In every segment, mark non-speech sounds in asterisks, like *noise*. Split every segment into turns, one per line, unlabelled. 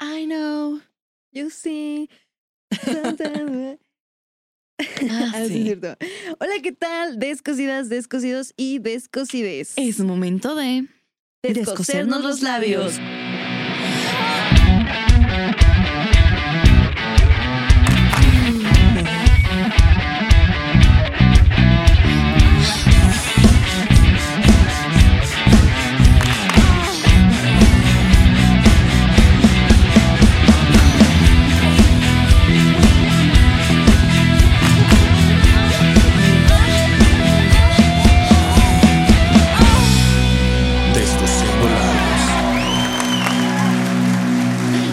*laughs*
You see. sometimes-
Ah,
Ah, sí,
sí.
es cierto. Hola, ¿qué tal? Descosidas, descosidos y descosides.
Es momento de
Descosernos los labios.
Descosiendo labios.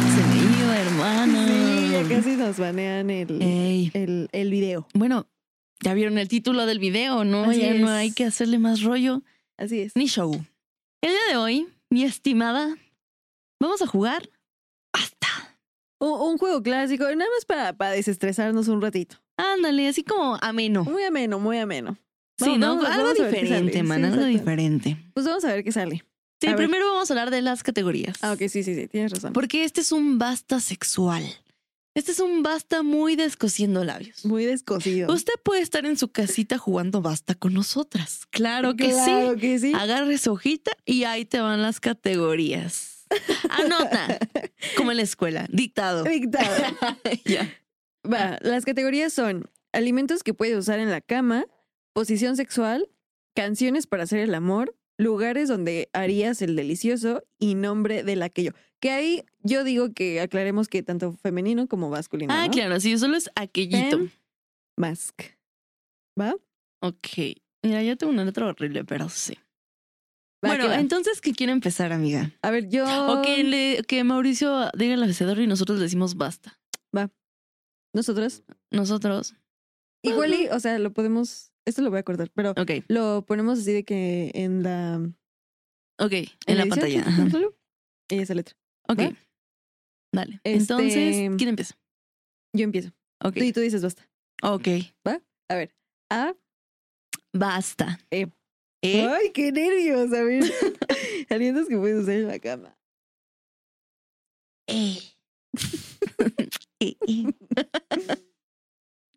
Se me iba,
Sí,
hermano.
ya casi nos banean el,
Ey.
el, el video.
Bueno, ya vieron el título del video, ¿no?
Así
ya no
es.
hay que hacerle más rollo
Así es.
ni show. El día de hoy, mi estimada, vamos a jugar hasta.
Un, un juego clásico, nada más para, para desestresarnos un ratito.
Ándale, así como ameno.
Muy ameno, muy ameno.
sí,
Vamos-
¿no?
vamos a-
algo
vamos a ver qué
diferente,
sale.
man,
Sí,
algo
exacto.
diferente.
Pues vamos a ver qué sale.
Sí,
A ver.
primero vamos a hablar de las categorías.
Ah, ok, sí, sí, sí, tienes razón.
Porque este es un basta sexual. Este es un basta muy descosiendo labios.
Muy descosido.
Usted puede estar en su casita jugando basta con nosotras. Claro que sí.
Claro que sí.
Agarre su hojita y ahí te van las
*laughs*
categorías. Anota, como en la escuela, dictado.
Dictado.
Ya.
Va, las categorías son alimentos que puede usar en la cama, posición sexual, canciones para hacer el amor, lugares donde harías el delicioso y nombre del aquello. Que ahí yo digo que aclaremos que tanto femenino como masculino.
Ah,
¿no? ¿Eh?
claro, sí, solo es aquellito.
Fem, mask. ¿Va?
Ok. Mira, yo tengo una letra horrible, pero sí.
Va,
bueno,
que va. Um,
entonces, ¿qué quiere empezar, amiga?
a ver, yo.
O que, le- que Mauricio diga el abecedor y nosotros le decimos basta.
Nosotros.
Nosotros.
Igual y, o sea, lo podemos. Esto lo voy a acordar, pero
Ok,
lo ponemos así de que en la.
ok, en, la
edición, *laughs*
pantalla.
chup,
ajá.
chup, chup, y esa letra.
Ok.
¿Va?
Dale.
Este-
Entonces, ¿quién empieza?
Yo empiezo.
Ok.
Tú y tú dices basta.
Ok.
A ver. A.
Basta.
Eh.
Eh.
Ay, qué nervios. A ver. *laughs* Alientos que puedes usar en la cama.
Eh. Eh, eh.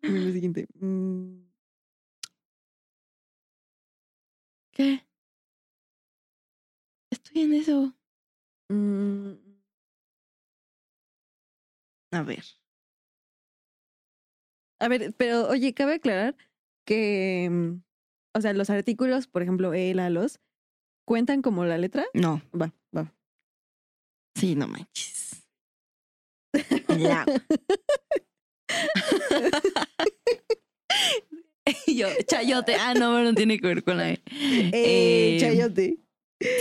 A ver, lo siguiente. Mm,
¿Qué? Estoy en eso.
mm,
A ver.
A ver, pero oye, cabe aclarar que. mm, O sea, los artículos, por ejemplo, el a los, cuentan como la letra.
No.
Va, va.
Sí, no manches. La. Y *laughs* Yo, chayote. Ah, no, no tiene que ver con la E.
Eh,
Eh,
chayote.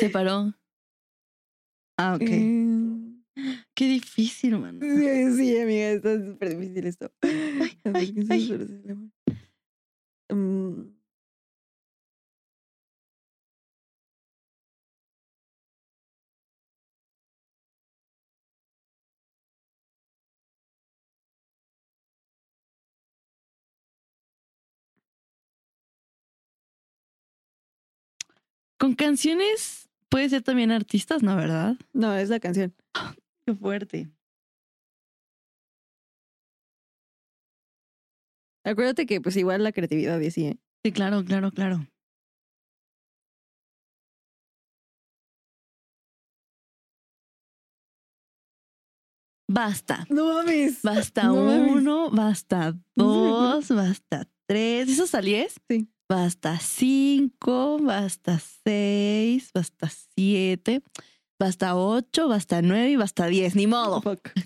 Se paró. Ah, ok.
Mm,
Qué difícil, mano.
sí, sí, amiga, está súper difícil esto. *laughs* A ver,
ay,
¿qué se
ay.
me parece? Mm,
Con canciones puede ser también artistas, ¿no? ¿Verdad?
No, es la canción.
Qué fuerte.
Acuérdate que pues igual la creatividad y así, ¿eh?
Sí, claro, claro, claro. Basta.
No mames.
Basta
No mames.
uno, basta dos, basta tres. ¿Eso salies?
Sí.
Basta cinco, basta seis, basta siete, basta ocho, basta nueve y basta diez. Ni modo.
Fuck. *laughs*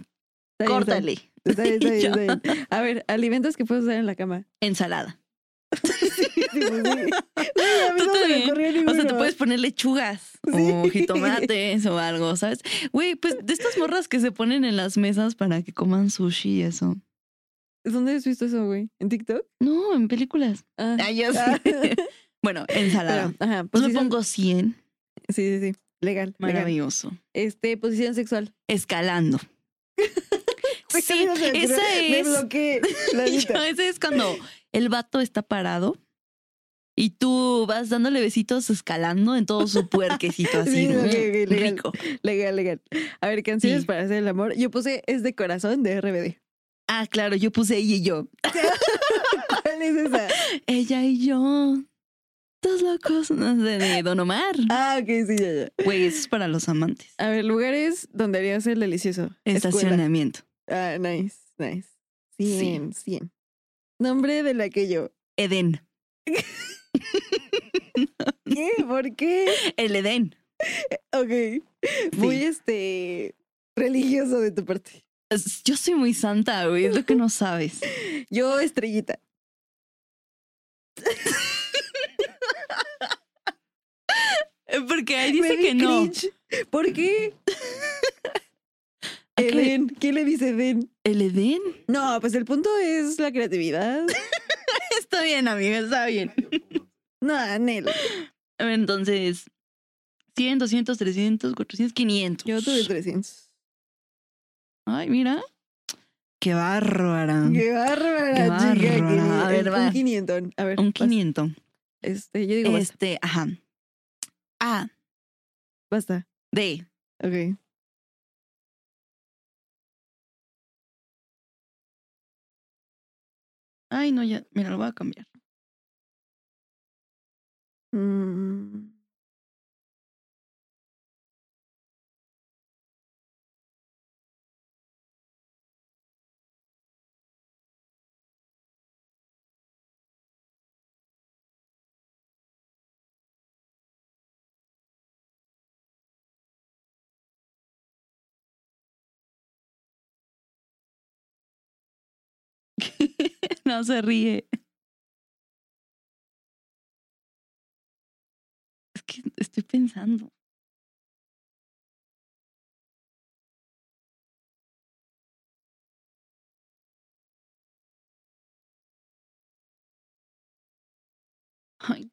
Está bien,
Córtale. *laughs*
está bien. Está bien, está bien,
Yo.
está bien. A ver, alimentos que puedes usar en la
*laughs*
cama.
Ensalada.
Sí, pues, sí. *laughs* Güey, a mí
Tú
no se me
también.
ocurrió
O sea, te
ninguno.
puedes poner lechugas o
Sí.
jitomates o algo, ¿sabes? Güey, pues de estas morras que se ponen en las mesas para que coman sushi y eso.
¿Dónde has visto eso, güey? ¿En TikTok?
No, en películas.
Ah,
Ay, yo sí.
Ah.
*laughs* bueno, ensalada.
Pero, ajá,
Pues me
posición-
pongo 100.
Sí, sí, sí. Legal. legal.
Maravilloso.
Este, posición sexual.
Escalando.
*laughs* Güey, a mí
Sí,
no se me ocurrió.
esa
*laughs* Me
es. *laughs*
bloqueé. La
Yo,
neta.
ese es cuando el vato está parado Y tú vas dándole besitos escalando en todo su puerquecito así.
*laughs* Sí,
mm,
ok, ok, legal.
rico.
Legal, legal. A ver, canciones
Sí.
para hacer el amor. Yo puse Es de corazón de RBD.
Ah, claro, yo puse ella y yo.
*laughs* ¿Cuál es
*laughs*
esa?
Ella y yo. Dos locos no sé, de Don Omar.
Ah, ok, sí, ya, ya.
Güey, eso es para los amantes.
A ver, lugares donde harías el delicioso. Escuela.
Estacionamiento.
Ah, nice, nice.
Sí.
100, 100. Nombre de la que yo.
Edén.
¿Qué?
*laughs*
¿Por qué?
El Edén.
Ok. Muy este. religioso de tu parte.
Es- Yo soy muy santa, güey, es lo que no sabes.
Yo, estrellita.
Porque ahí
Me
dice
di
que no.
cringe. ¿Por qué?
¿A qué le-
Edén. ¿Qué le dice Edén?
¿El Edén?
No, pues el punto es la creatividad.
Está bien, amiga, está bien.
No, Anel.
Entonces, 100, 200, 300, 400, 500.
Yo tuve 300.
Ay, mira. Qué bárbara.
Qué bárbara,
Ah. Qué
chica. que-
bárbara. A ver,
un
va.
quinientón. A ver,
Un
vas.
500.
Este, yo digo, basta,
Este, ajá. A,
basta.
D.
Ok.
Ay, no, ya. Mira, lo voy a cambiar.
Mm.
*laughs* no se ríe. Es que estoy pensando. Ay.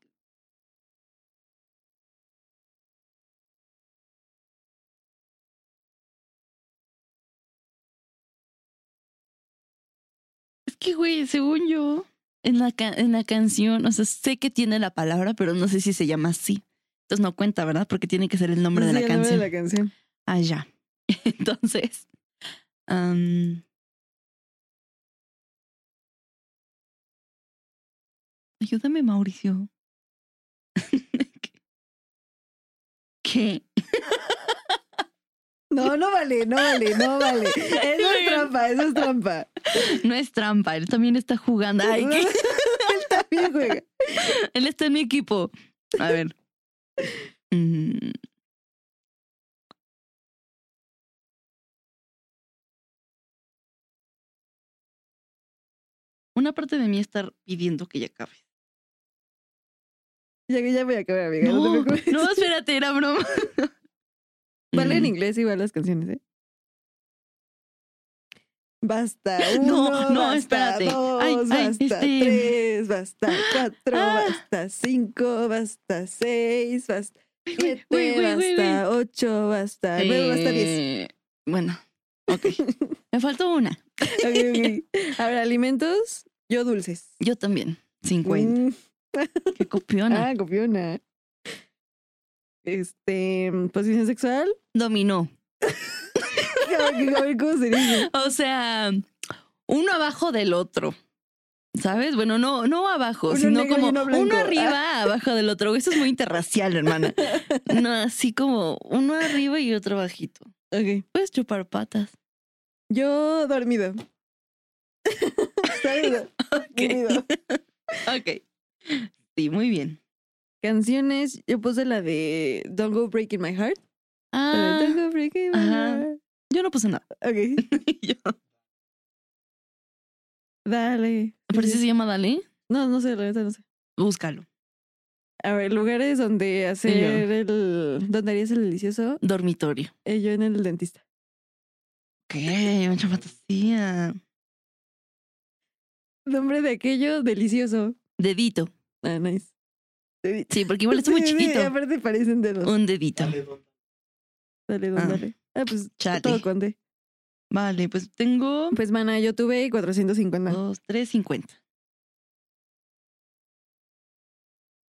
Es que, güey, según yo, en la, ca- en la canción, o sea, sé que tiene la palabra, pero no sé si se llama así. Entonces no cuenta, ¿verdad? Porque tiene que ser el nombre
Sí,
de la
el nombre
canción.
de la canción.
allá. *laughs* Entonces, am, ayúdame, Mauricio. *laughs* ¿Qué?
No, no vale, no vale,
*laughs*
no vale. Eso es trampa, eso es trampa.
No es trampa, él también está jugando.
*laughs*
Ay, ¿qué?
Él también juega.
Él está en mi equipo. A
*laughs*
ver. Mm. Una parte de mí está pidiendo que ya acabe.
Ya que ya voy a acabar, amiga, no,
No,
te preocupes.
no, espérate, era broma.
*laughs* Vale en
Mm.
inglés igual las canciones, ¿eh?
*laughs*
Basta. Uno,
No, no,
basta,
espérate.
Dos,
Ay, ay,
basta.
este-
Tres, basta. Cuatro,
Ah.
basta. Cinco, basta. Seis, basta. Siete,
güey, güey, güey,
basta. Ocho, basta. Nueve, basta. Diez.
Eh, Bueno,
*laughs*
ok. Me faltó una.
Ok, ok. A ver, alimentos. Yo dulces.
Yo también. 50.
Mm,
Qué copiona.
Ah, copiona. Este, posición sexual. *laughs*
Dominó.
A ver, a ver cómo se dice.
*laughs* O sea, uno abajo del otro. ¿Sabes? Bueno, no, no abajo,
Uno
sino
negro y
como
uno blanco. Ah.
uno arriba, abajo del otro. Eso es muy interracial, hermana.
*laughs*
No, así como uno arriba y otro bajito.
Ok.
Puedes chupar patas.
Yo dormido. *laughs* Dormido. dormido.
Ok. Sí, muy bien.
Canciones, yo puse la de Don't Go Breaking My Heart. La de
Ah,
Don't Go Breaking My
ajá.
Heart.
yo no puse
*laughs*
nada.
Ok.
*laughs* Yo-
Dale.
¿Pero si se llama Dale?
No, no sé, la verdad no sé.
Búscalo.
A ver, lugares donde hacer el. donde harías el delicioso.
Dormitorio.
eh, yo en el dentista.
¿Qué? Mucha fantasía.
Nombre de aquello, delicioso.
Dedito.
Ah, nice. Sí,
Sí, porque igual está muy
*laughs* sí, sí,
chiquito.
aparte parecen dedos.
Un dedito.
Dale, don,
Ah.
dale. Ah, pues
Chale.
todo conté.
Vale, pues tengo
Pues, mana, yo tuve 450.
Oh. dos, tres, cincuenta.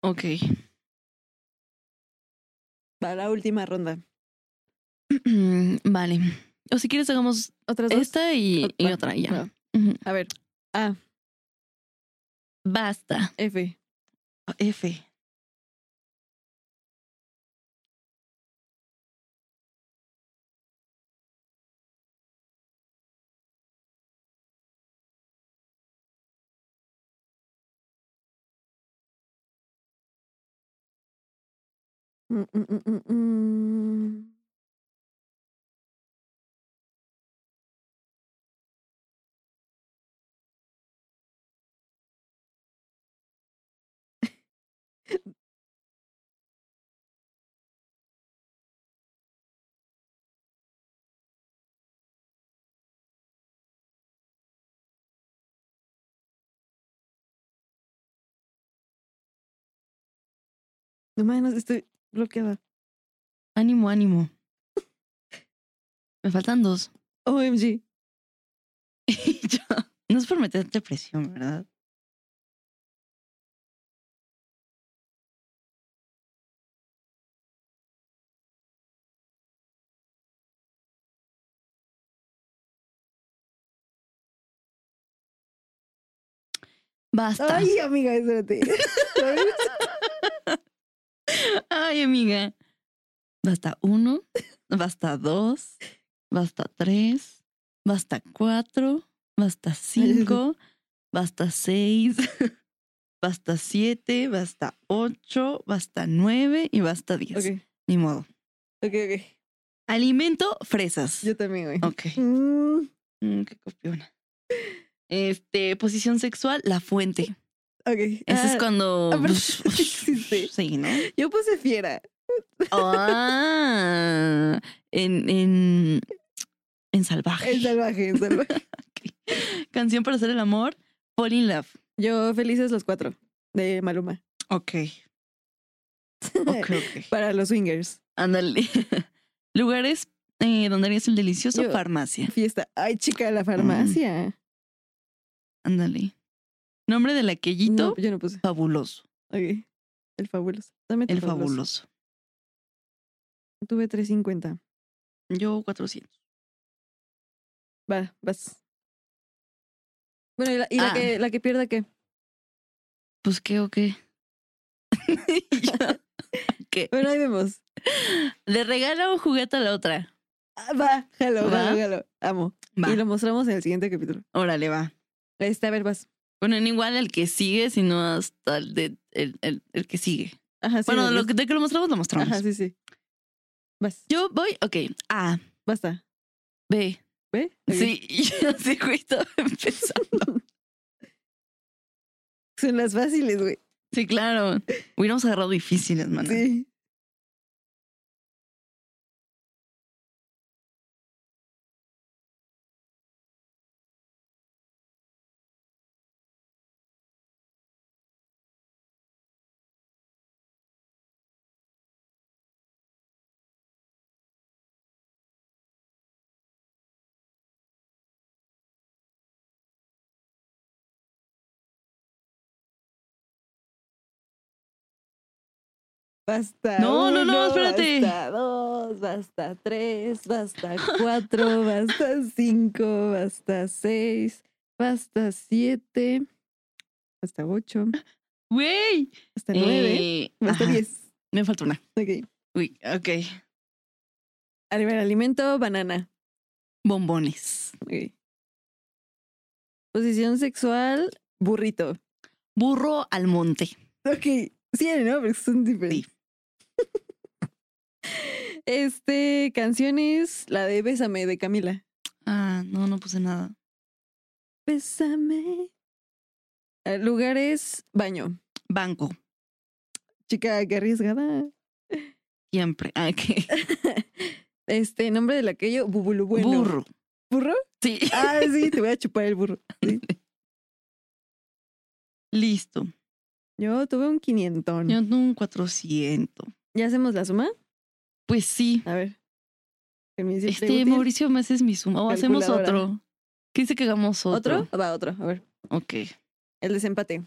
Ok. *clears throat*
Para la última ronda.
vale. O si quieres hagamos
Otras dos.
esta y,
Ot-
y
va-
otra y ya.
va.
Ujú.
A ver. A,
Basta.
F.
Ah, F.
Mm, mm, mm, mm, mm. No mames, estoy bloqueada.
Ánimo, *laughs* ánimo. Me faltan dos.
OMG.
*laughs* Y yo, no es por meterte presión, ¿verdad? Basta. Ay,
*laughs* Ay, amiga, espérate. ¿Sabes?
amiga. Basta uno, basta dos, basta tres, basta cuatro, basta
*laughs*
cinco, basta seis, *laughs* basta siete, basta ocho, basta nueve y basta diez.
ok,
Ni modo.
ok, ok.
Alimento, fresas.
Yo también, güey.
Ok.
Mm,
Mm, qué copiona. Este, posición sexual, la fuente.
ok.
Ese es
Ah,
cuando.
ah,
*laughs*
*laughs* pero existe.
Sí, ¿no?
Yo puse fiera.
Ah, en, en, en salvaje.
El salvaje, el salvaje.
Canción para hacer el amor, Fall in Love.
*laughs* Yo felices los cuatro de Maluma.
Ok. Ok, ok.
*laughs* Para los swingers.
*laughs* Ándale. Lugares eh, donde harías el delicioso,
Yo-
farmacia.
Fiesta. Mm. Ay, chica, la farmacia.
Ándale. Nombre del aquellito,
No, yo no puse.
fabuloso.
Ok. El fabuloso. Dame tu
El fabuloso.
Tuve 350.
Yo 400.
Va, vas. Bueno, y la, y la
Ah.
que, la que pierda, ¿qué?
Pues qué o *laughs* qué. Y yo, ¿Qué?
Bueno, ahí vemos.
Le regala un juguete a la otra.
Ah, va, jalo,
Va.
jalo, jalo. Amo.
Va.
Y lo mostramos en el siguiente capítulo.
Órale, va.
Este, a ver, vas.
Bueno, no igual el que sigue, sino hasta el, de, el, el- el que sigue.
Ajá, sí.
bueno,
nos
lo
ves.
que, de que lo mostramos, lo mostramos.
Ajá, sí, sí. Vas,
Yo voy, ok, A,
basta.
B.
¿Ve? Ok.
Sí, *laughs* y yo así, güey, *laughs* estaba empezando.
Son las fáciles, güey.
Sí, claro. Hubiéramos agarrado difíciles, mano.
Sí. Basta.
No, no, no,
uno,
espérate.
Basta dos, basta tres, basta
*laughs*
cuatro, basta cinco, basta seis, basta siete, basta ocho,
Güey.
basta nueve,
Eh,
basta
ajá,
diez.
Me falta una.
Ok.
Uy, ok.
A ver, alimento, banana.
Bombones.
Ok. Posición sexual, burrito.
Burro al monte.
Ok. Sí, ¿no? Porque son diferentes. Este, canciones, la de Bésame de Camila.
Ah, no, no puse nada.
Bésame. Eh, Lugares, baño.
Banco,
Chica, qué arriesgada.
siempre. Ah, ok.
Este, nombre del aquello, bubulu *laughs* bueno.
Burro.
¿Burro?
Sí. *laughs*
Ah, sí, te voy a chupar el burro. Sí.
Listo.
Yo tuve un quinientón.
Yo tengo un 400.
¿Ya hacemos la suma?
Pues sí.
A ver. Permiso,
Este,
útil.
Mauricio me haces mi suma. O hacemos
Calculadora.
otro. ¿Qué dice que hagamos otro?
¿Otro? Va, otro. A ver.
Ok.
El desempate.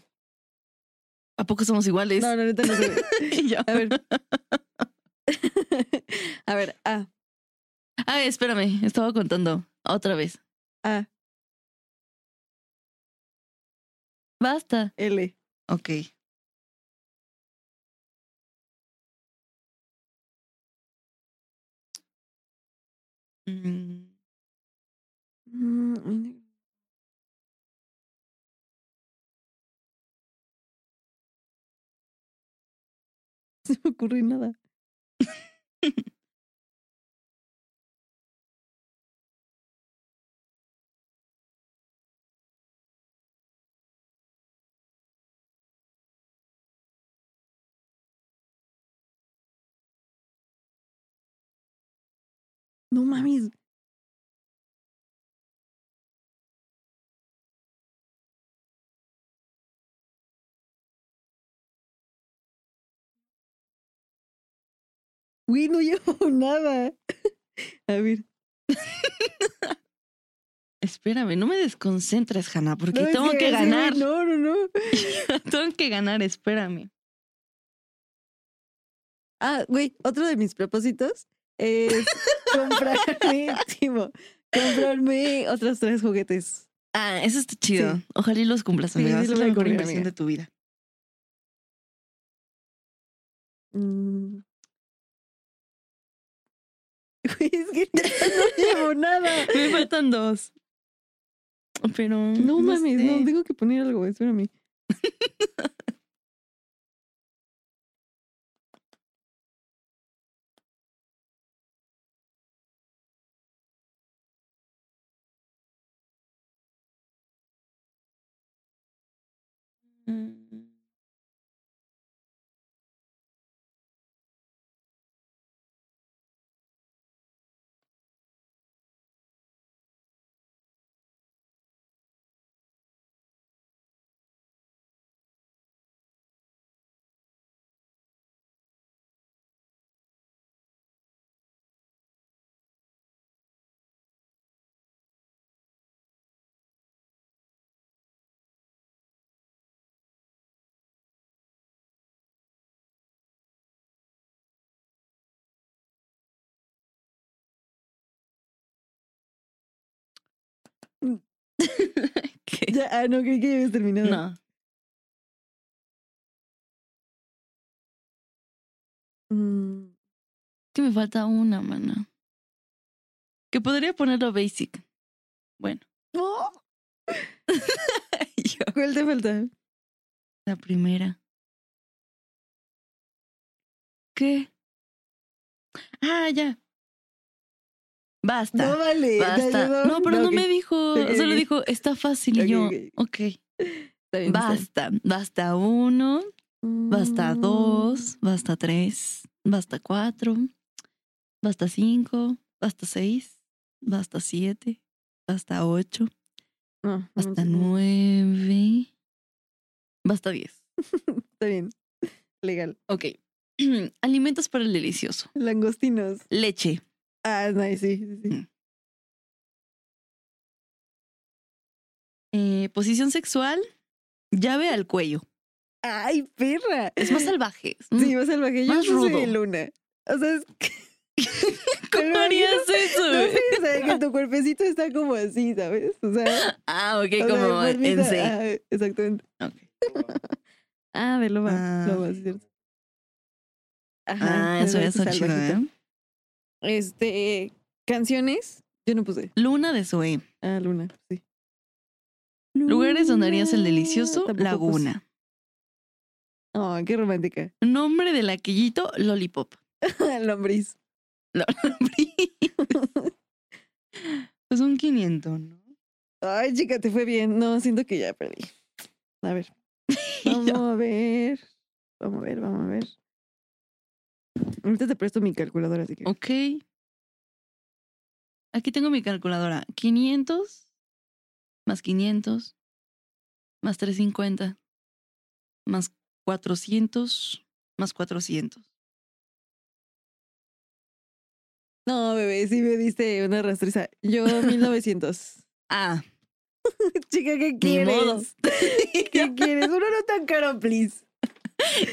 ¿A poco somos iguales?
No, no, neta no sé.
*laughs* Y yo,
A *laughs* ver. A ver, A,
Ah, espérame, estaba contando. Otra vez.
A,
Basta.
L.
Ok. Mm,
Mm, No *laughs* se me ocurre nada. No mames. Güey, no llevo *laughs* nada. A ver.
Espérame, no me desconcentres, Hanna, porque
No, es
tengo que
es
ganar.
No, no, no.
*laughs* tengo que ganar, espérame.
Ah, güey, otro de mis propósitos *laughs* es comprarme, Timo, comprarme otros tres juguetes.
Ah, eso está chido. Ojalá y los cumplas,
Sí,
amiga.
sí
Esa es
lo voy
la
a
mejor
cumplir,
inversión
amiga.
de tu vida.
Mm. *laughs* Güey, es que no llevo nada.
Me faltan dos. Pero.
*laughs* No, mames,
sé.
no, tengo que poner algo, espérame.
Mm. *laughs* ¿Qué?
Ya, ah, no, creí que ya habías terminado.
No.
Mm,
Que me falta una, mana. Que podría ponerlo
*laughs*
basic. Bueno.
No.
Yo,
¿Cuál te falta?
la primera. ¿Qué? Ah, ya. Basta.
No eh, vale. ¿te ayudó?
basta. No, pero no
ok.
me dijo.
Ok,
Solo
ok.
dijo, está fácil.
Ok,
y yo,
ok.
ok.
Está bien, está bien.
Basta. Basta uno. Basta
Mm,
dos, basta tres, basta cuatro, basta cinco, basta seis, basta siete, basta ocho,
No, no,
basta
no.
nueve, basta diez.
Está bien. Legal.
Ok. *clears throat* Alimentos para el delicioso.
Langostinos.
Leche.
Ah, nice, sí, sí,
Mm.
sí.
eh, posición sexual. Llave al cuello.
¡Ay, perra!
Es más salvaje.
*laughs* Sí, más salvaje. Yo
Mm, Más
no soy
rudo.
luna. O sea, es que...
*laughs*
*laughs*
¿Cómo
Pero
harías
*laughs* No sé,
eso?
o sea,
*laughs*
que tu cuerpecito está como así, ¿sabes? O sea,
Ah, ok,
o sea,
como
formita-
en C.
ajá, exactamente.
Ok.
Ah, de loba.
Ah.
Loba, sí, cierto.
Ah, eso
de
ya está chido,
salvajito.
¿eh?
Este, canciones, yo no puse.
Luna de Zoe.
Ah, luna, sí.
Lugares donde harías el
Luna,
delicioso,
Mm, tampoco pues,
Laguna.
puse. Ay, qué romántica. *laughs* Ah,
Nombre del aquillito, Lollipop.
Lombriz.
pues un 500, ¿no?
Ay, chica, te fue bien. No, siento que ya perdí. A ver.
*laughs* Y yo,
Vamos a ver. Vamos a ver, vamos a ver. Ahorita te presto mi calculadora, así que.
ok. Aquí tengo mi calculadora. 500 más 500 más 350 más 400 más 400.
No, bebé, sí me diste una rastriza. Yo 1900.
Ah,
*laughs* Chica, ¿qué
Ni modo.
*laughs* quieres? ¿Qué quieres? Uno no tan caro, please.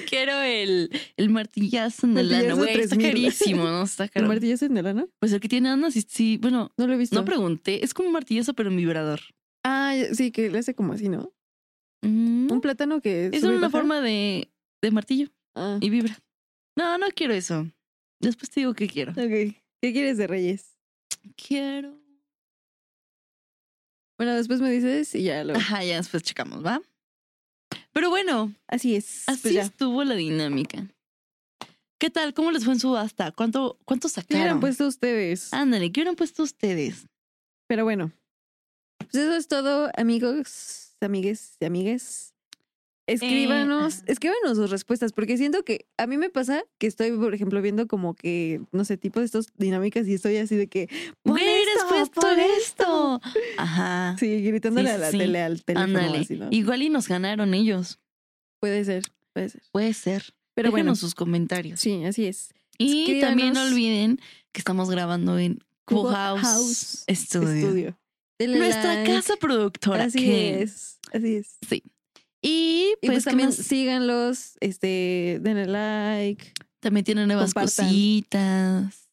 Quiero el, el martillazo en el
Martillazo
lano, güey. Está
3000.
carísimo, ¿no? Está
*laughs* ¿El
caro.
martillazo en el ano?
Pues el que tiene Ana, sí, sí, bueno,
No lo he visto.
no pregunté. Es como un martillazo, pero en vibrador.
ah, sí, que le hace como así, ¿no?
Mm,
Un plátano que.
es
sube y
una
baja.
forma de, de martillo
Ah,
y vibra. No, no quiero eso. Después te digo qué quiero.
ok. ¿Qué quieres de Reyes?
Quiero.
Bueno, después me dices y ya lo.
Ajá, ya después checamos, ¿va? Pero bueno,
Así es.
Así
pues ya.
estuvo la dinámica. ¿Qué tal? ¿Cómo les fue en subasta? ¿Cuánto, cuánto
¿Qué hubieran
sacaron?
puesto ustedes?
Ándale, ¿qué hubieran puesto ustedes?
Pero bueno. Pues eso es todo, amigos, amigues y amigues. Escríbanos,
ajá.
escríbanos sus respuestas, porque siento que a mí me pasa que estoy, por ejemplo, viendo como que, no sé, tipo de estas dinámicas y estoy así de que. "Pon
Güey,
esto,
después
pon
por esto. Ajá.
Sí, gritándole
Sí,
a la
sí,
tele, al teléfono.
Ándale.
así, ¿no?
Igual y nos ganaron ellos.
Puede ser, puede ser.
Puede ser.
Pero bueno,
Déjenos sus comentarios.
sí, así es.
y también no
escríbanos.
olviden que estamos grabando en Cubo House, Studio.
Estudio. Denle
Nuestra
like.
casa productora.
Así
que-
es, así es.
Y
Y
pues,
pues,
¿qué
también
más?
síganlos, este, denle like.
También tienen nuevas
Compartan.
cositas.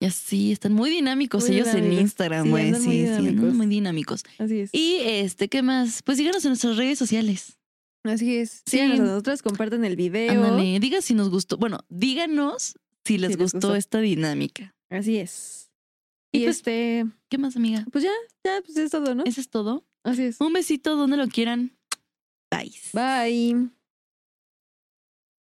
Y así, están muy dinámicos
Muy
ellos en
dinámicos.
Instagram,
Sí,
güey. Sí,
andan muy
sí, andan
dinámicos.
muy dinámicos.
Así es.
Y este, ¿qué más? Pues díganos en nuestras redes sociales.
así es.
Sí.
Síganos a nosotras, compartan el video.
Ándale, diga si nos gustó. Bueno, díganos si les,
les
gustó,
gustó.
esta dinámica.
Así es.
Y
Y,
pues-
este,
¿Qué más, amiga?
pues ya, ya, pues es todo, ¿no?
Eso es todo.
Así es.
Un besito donde lo quieran. Bye.
Bye.